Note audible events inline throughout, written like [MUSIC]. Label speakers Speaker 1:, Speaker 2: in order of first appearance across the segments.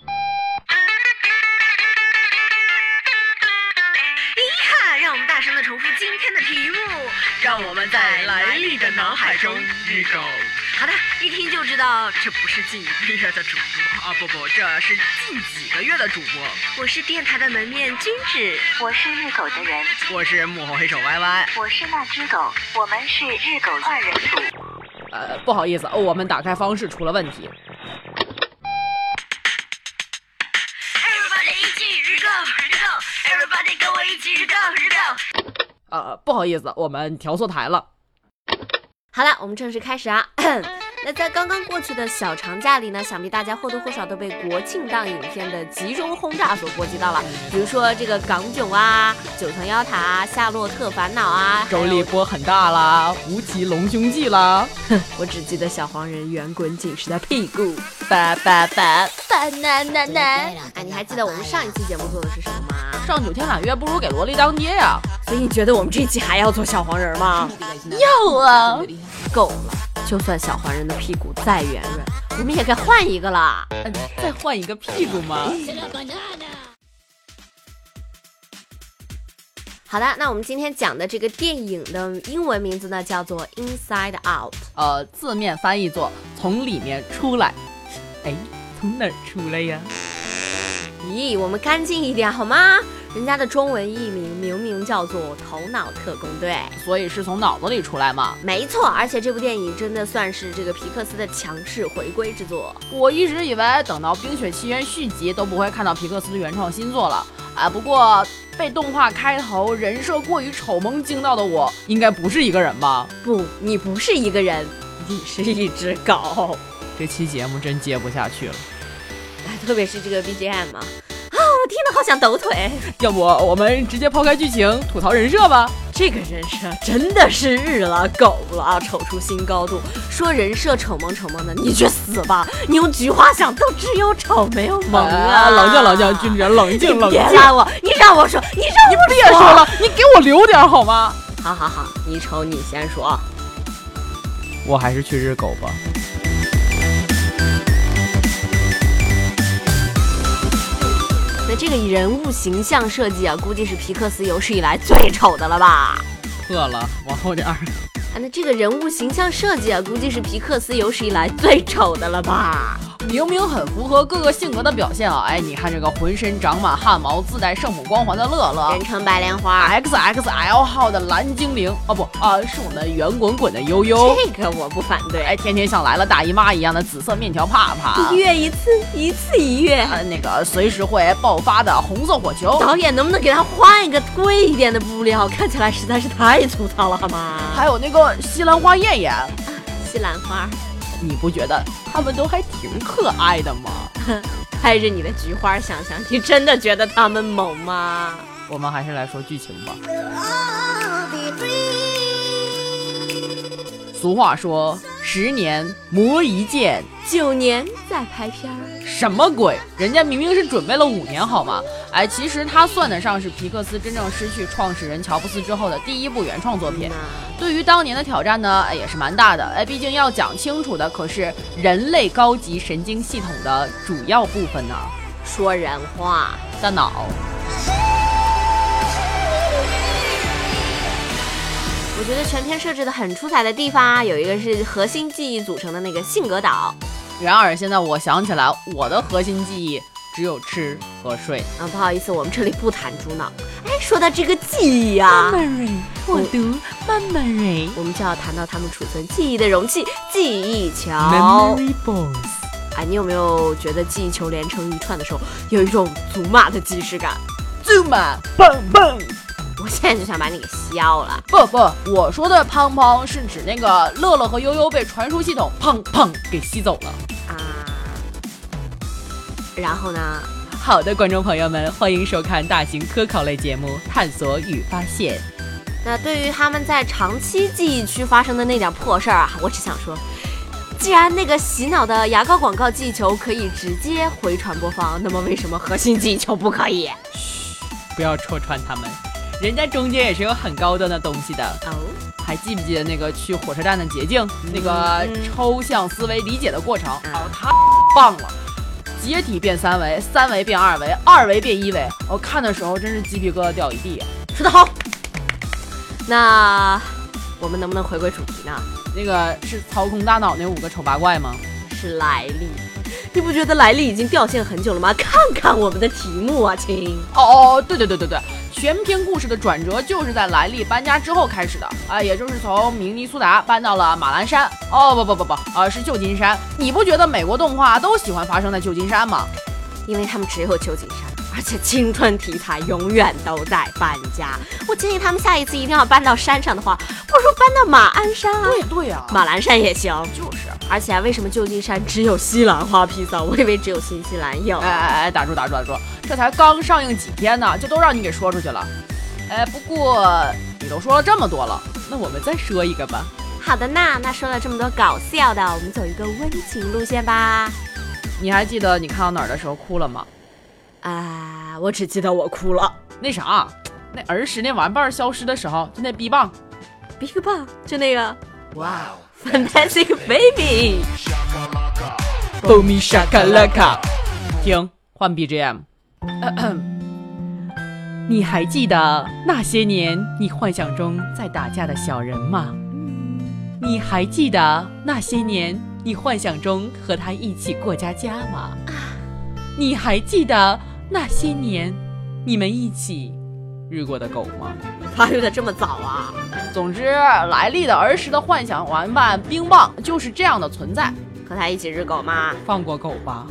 Speaker 1: [LAUGHS]
Speaker 2: 让我们在来历的脑海中遇狗。
Speaker 1: 好的，一听就知道这不是
Speaker 2: [LAUGHS]
Speaker 1: 近一个月的主播，
Speaker 2: 啊，不不，这是近几个月的主播。
Speaker 1: 我是电台的门面君子，
Speaker 3: 我是日狗的人，
Speaker 2: 我是幕后黑手 Y Y，
Speaker 3: 我是那只狗，我们是日狗二人组。
Speaker 4: 呃，不好意思，我们打开方式出了问题。
Speaker 1: Everybody 一起日狗日狗，Everybody 跟我一起日狗日狗。
Speaker 4: 呃，不好意思，我们调错台了。
Speaker 5: 好了，我们正式开始啊。 [CLEARS THROAT] 那在刚刚过去的小长假里呢，想必大家或多或少都被国庆档影片的集中轰炸所波及到了，比如说这个港囧啊、九层妖塔啊、夏洛特烦恼啊，
Speaker 4: 周立波很大啦，吴奇隆胸记啦，
Speaker 5: 我只记得小黄人圆滚紧实的屁股，叭叭叭叭呐呐呐。哎，你还记得我们上一期节目做的是什么吗？
Speaker 4: 上九天揽月不如给萝莉当爹呀、
Speaker 5: 所以你觉得我们这一期还要做小黄人吗？要啊，够了！就算小黄人的屁股再圆润，我们也该换一个啦。
Speaker 4: 嗯再换一个屁股吗？
Speaker 5: 好的，那我们今天讲的这个电影的英文名字呢，叫做《Inside Out》。
Speaker 4: 呃，字面翻译作从里面出来。哎，从哪儿出来呀？
Speaker 5: 咦，我们干净一点好吗？人家的中文译名明明叫做《头脑特工队》。
Speaker 4: 所以是从脑子里出来嘛。
Speaker 5: 没错，而且这部电影真的算是这个皮克斯的强势回归之作。
Speaker 4: 我一直以为等到《冰雪奇缘》续集都不会看到皮克斯的原创新作了啊。不过被动画开头人设过于丑萌惊到的我，应该不是一个人吧？
Speaker 5: 不，你不是一个人，你是一只狗。
Speaker 4: 这期节目真接不下去了，
Speaker 5: [LAUGHS] 特别是这个 BGM 啊，啊，我听得好想抖腿。
Speaker 4: 要不我们直接抛开剧情吐槽人设吧？
Speaker 5: 这个人设真的是日了狗了啊，丑出新高度。说人设丑萌丑萌的，你去死吧！你用菊花想，都只有丑没有萌啊！
Speaker 4: 冷静冷静，君，爵，冷 [LAUGHS] 静
Speaker 5: 你
Speaker 4: 冷
Speaker 5: 别
Speaker 4: 静，
Speaker 5: 拉我，你让我说，你让我
Speaker 4: 别说了，你给我留点好吗？
Speaker 5: 好好好，你丑你先说。
Speaker 4: 我还是去日狗吧。
Speaker 5: 那这个人物形象设计啊，估计是皮克斯有史以来最丑的了吧？
Speaker 4: 饿了，往后点儿。
Speaker 5: 啊，那这个人物形象设计啊，估计是皮克斯有史以来最丑的了吧？
Speaker 4: 明明很符合各个性格的表现啊！哎，你看这个浑身长满汗毛、自带圣母光环的乐乐
Speaker 5: 人称白莲花，
Speaker 4: ，XXL 号的蓝精灵，哦不啊，是我们圆滚滚的悠悠，
Speaker 5: 这个我不反对。啊
Speaker 4: 哎，天天像来了大姨妈一样的紫色面条帕帕
Speaker 5: 一，月一次，一次一月。
Speaker 4: 呃，那个随时会爆发的红色火球，
Speaker 5: [LAUGHS] 导演能不能给他换一个贵一点的布料？看起来实在是太粗糙了，好吗？
Speaker 4: 还有那个西兰花艳艳，
Speaker 5: 西兰花，
Speaker 4: 你不觉得他们都还挺可爱的吗？
Speaker 5: 拍着你的菊花，想想你真的觉得他们萌吗？
Speaker 4: 我们还是来说剧情吧。俗话说，十年磨一剑，
Speaker 5: 九年再拍片儿，
Speaker 4: 什么鬼？人家明明是准备了五年，好吗？哎，其实它算得上是皮克斯真正失去创始人乔布斯之后的第一部原创作品。
Speaker 5: 嗯
Speaker 4: 对于当年的挑战呢，哎也是蛮大的。哎，毕竟要讲清楚的可是人类高级神经系统的主要部分呢、
Speaker 5: 说人话。
Speaker 4: 大脑。
Speaker 5: 我觉得全片设置的很出彩的地方啊，有一个是核心记忆组成的那个性格岛
Speaker 4: 然而现在我想起来，我的核心记忆只有吃和睡。
Speaker 5: 啊，不好意思，我们这里不谈猪脑。哎，说到这个记忆啊，我
Speaker 4: 读 memory
Speaker 5: 我们就要谈到他们储存记忆的容器——记忆球。
Speaker 4: box。
Speaker 5: 哎，你有没有觉得记忆球连成一串的时候，有一种祖玛的即视感？
Speaker 4: 祖玛棒棒。
Speaker 5: 我现在就想把你给削了。
Speaker 4: 不不，我说的胖胖是指那个乐乐和悠悠被传输系统胖胖给吸走了。
Speaker 5: 啊，然后呢？
Speaker 4: 好的，观众朋友们，欢迎收看大型科考类节目《探索与发现》。
Speaker 5: 那对于他们在长期记忆区发生的那点破事儿啊，我只想说，既然那个洗脑的牙膏广告记忆球可以直接回传播放，那么为什么核心记忆球不可以？
Speaker 4: 不要戳穿他们，人家中间也是有很高端的东西的。
Speaker 5: 哦，
Speaker 4: 还记不记得那个去火车站的捷径，那个抽象思维理解的过程？
Speaker 5: 嗯
Speaker 4: 哦，太棒了！解体变三维，三维变二维，二维变一维。我看的时候真是鸡皮疙瘩掉一地。
Speaker 5: 说得好。那我们能不能回归主题呢？
Speaker 4: 那个是操控大脑那五个丑八怪吗？
Speaker 5: 是来历。你不觉得来历已经掉线很久了吗？看看我们的题目啊，亲。
Speaker 4: 哦哦哦，对对对对对，全篇故事的转折就是在莱利搬家之后开始的啊，也就是从明尼苏达搬到了马栏山。哦不不不不，啊是旧金山。你不觉得美国动画都喜欢发生在旧金山吗？
Speaker 5: 因为他们只有旧金山，而且青春题材永远都在搬家。我建议他们下一次一定要搬到山上的话，不如搬到马鞍山啊，
Speaker 4: 对对啊，
Speaker 5: 马栏山也行。
Speaker 4: 就是。
Speaker 5: 而且啊，为什么旧金山只有西兰花披萨？我以为只有新西兰 [LAUGHS] 有。
Speaker 4: 哎哎哎，打住打住打住！这才刚上映几天呢，就都让你给说出去了。哎，不过你都说了这么多了，那我们再说一个吧。
Speaker 5: 好的呢，那说了这么多搞笑的，我们走一个温情路线吧。
Speaker 4: 你还记得你看到哪儿的时候哭了吗？
Speaker 5: 啊、我只记得我哭了。
Speaker 4: 那啥，那儿时那玩伴儿消失的时候，就那 B 棒，
Speaker 5: Big Bang 就那个，哇，Fantastic Baby。
Speaker 4: 爆米沙卡拉卡。停，换 BGM。咳咳 [COUGHS] 你还记得那些年你幻想中在打架的小人吗？你还记得那些年你幻想中和他一起过家家吗？你还记得那些年你们一起日过的狗吗？
Speaker 5: 发育的这么早啊？
Speaker 4: 总之，莱利的儿时的幻想玩伴冰棒就是这样的存在。
Speaker 5: 和他一起日狗吗？
Speaker 4: 放过狗吧。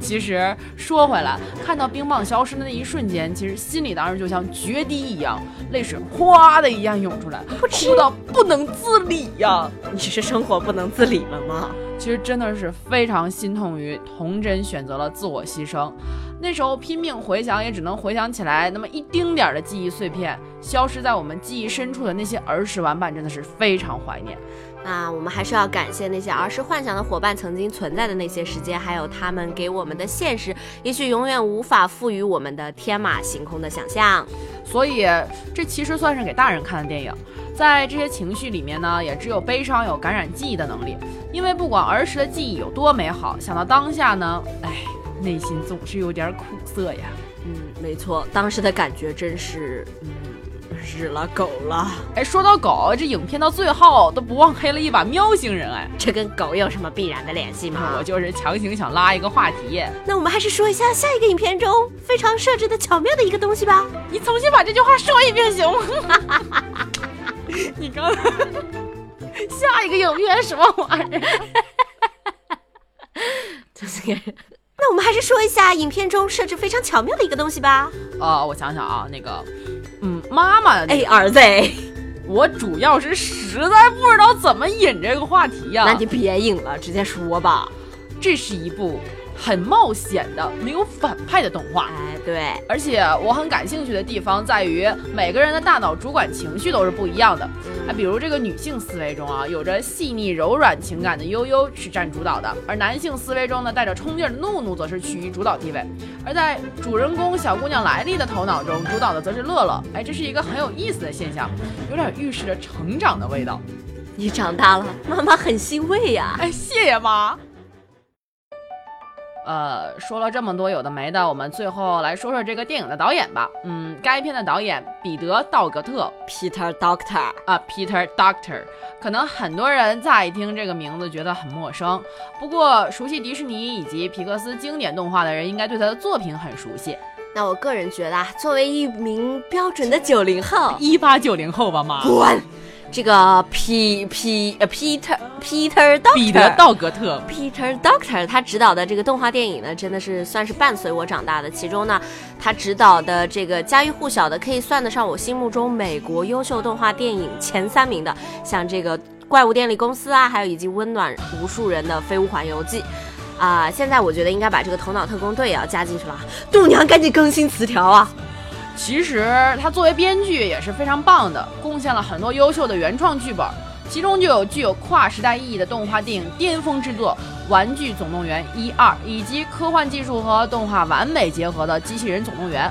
Speaker 4: 其实说回来，看到冰棒消失的那一瞬间，其实心里当时就像决堤一样，泪水哗的一样涌出来，哭到不能自理呀、
Speaker 5: 你是生活不能自理了吗？
Speaker 4: 其实真的是非常心痛于童真选择了自我牺牲。那时候拼命回想，也只能回想起来那么一丁点儿的记忆碎片，消失在我们记忆深处的那些儿时玩伴，真的是非常怀念。
Speaker 5: 啊，我们还是要感谢那些儿时幻想的伙伴曾经存在的那些时间，还有他们给我们的现实，也许永远无法赋予我们的天马行空的想象。
Speaker 4: 所以这其实算是给大人看的电影。在这些情绪里面呢，也只有悲伤有感染记忆的能力，因为不管儿时的记忆有多美好，想到当下呢，哎，内心总是有点苦涩呀。
Speaker 5: 嗯，没错，当时的感觉真是，嗯，日了狗了，
Speaker 4: 哎，说到狗，这影片到最后都不忘黑了一把喵星人，哎，
Speaker 5: 这跟狗有什么必然的联系吗？
Speaker 4: 我就是强行想拉一个话题。
Speaker 5: 那我们还是说一下下一个影片中非常设置的巧妙的一个东西吧。
Speaker 4: 你重新把这句话说一遍行吗？ [LAUGHS] 你刚才 [LAUGHS] 下一个影片什么玩意儿？
Speaker 5: 那我们还是说一下影片中设置非常巧妙的一个东西吧。
Speaker 4: 呃，我想想啊，那个，嗯，妈妈的那个
Speaker 5: 哎，儿子，
Speaker 4: 我主要是实在不知道怎么引这个话题呀、
Speaker 5: [LAUGHS] 那你别引了，直接说吧。
Speaker 4: 这是一部很冒险的、没有反派的动画。
Speaker 5: 哎，对，
Speaker 4: 而且我很感兴趣的地方在于，每个人的大脑主管情绪都是不一样的。啊，比如这个女性思维中啊，有着细腻柔软情感的悠悠是占主导的，而男性思维中呢，带着冲劲儿的怒怒则是趋于主导地位。而在主人公小姑娘莱莉的头脑中，主导的则是乐乐。哎，这是一个很有意思的现象，有点预示着成长的味道。
Speaker 5: 你长大了，妈妈很欣慰呀、
Speaker 4: 哎，谢谢妈。呃，说了这么多有的没的，我们最后来说说这个电影的导演吧。嗯，该片的导演彼得·道格特
Speaker 5: Peter Doctor，
Speaker 4: 啊，Peter Doctor。可能很多人乍一听这个名字觉得很陌生，不过熟悉迪士尼以及皮克斯经典动画的人，应该对他的作品很熟悉。
Speaker 5: 那我个人觉得，啊，作为一名标准的九零后，
Speaker 4: 一八九零后吧，
Speaker 5: [LAUGHS]
Speaker 4: 妈。
Speaker 5: 滚！这个 P P 呃 Peter Peter Doctor
Speaker 4: 彼得·道格特
Speaker 5: Peter Doctor 他执导的这个动画电影呢，真的是算是伴随我长大的。其中呢，他执导的这个家喻户晓的，可以算得上我心目中美国优秀动画电影前三名的，像这个《怪物电力公司》啊，还有以及温暖无数人的《飞屋环游记》。啊、现在我觉得应该把这个《头脑特工队》也要加进去了。度娘，赶紧更新词条啊！
Speaker 4: 其实他作为编剧也是非常棒的，贡献了很多优秀的原创剧本，其中就有具有跨时代意义的动画电影巅峰之作《玩具总动员一二》，以及科幻技术和动画完美结合的《机器人总动员》。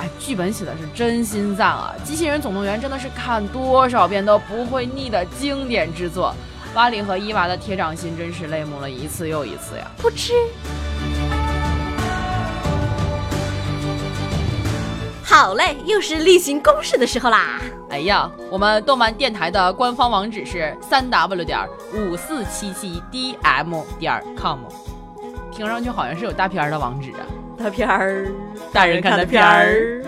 Speaker 4: 哎，剧本写的是真心赞啊！《机器人总动员》真的是看多少遍都不会腻的经典之作。巴里和伊娃的铁掌心真是泪目了一次又一次呀！
Speaker 5: 不吃。好嘞，又是例行公事的时候啦！
Speaker 4: 哎呀，我们动漫电台的官方网址是三 w 点五四七七 dm 点 com，听上去好像是有大片儿的网址啊。
Speaker 5: 大片儿，
Speaker 4: 大人看的片儿。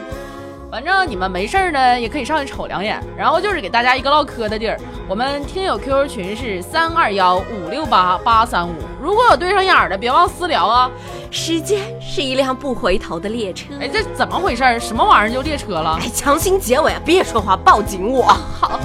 Speaker 4: 反正你们没事儿呢，也可以上去瞅两眼。然后就是给大家一个唠嗑的地儿。我们听友 QQ 群是三二幺五六八八三五，如果有对上眼儿的，别忘私聊啊。
Speaker 5: 时间是一辆不回头的列车。
Speaker 4: 哎，这怎么回事儿？什么玩意儿就列车了？
Speaker 5: 哎，强行结尾，别说话，抱紧我。 [LAUGHS] 好，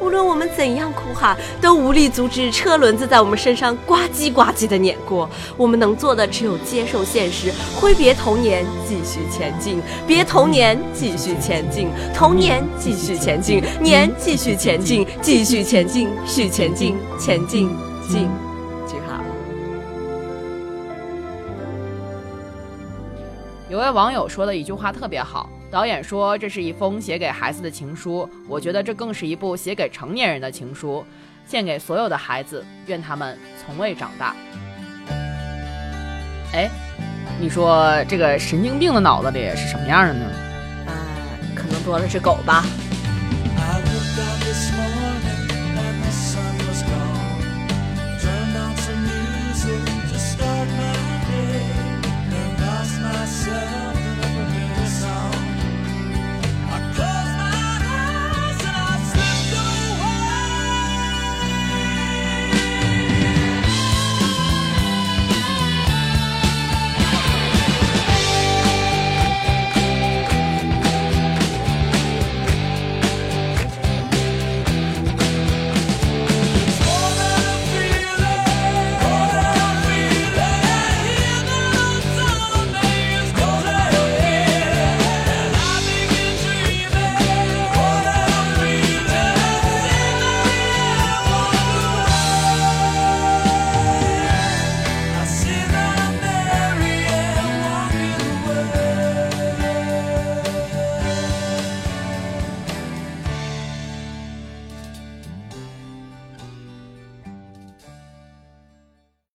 Speaker 5: 无论我们怎样哭喊，都无力阻止车轮子在我们身上呱唧呱唧的碾过。我们能做的只有接受现实，挥别童年，继续前进；别童年，继续前进；童年，继续前进；年，继续前进；继续前进，续前进，前进，进。句啊号。
Speaker 4: 有位网友说的一句话特别好，导演说这是一封写给孩子的情书，我觉得这更是一部写给成年人的情书，献给所有的孩子，愿他们从未长大。哎，你说这个神经病的脑子里是什么样的呢？
Speaker 5: 啊呃，可能多了只狗吧。
Speaker 6: I looked out this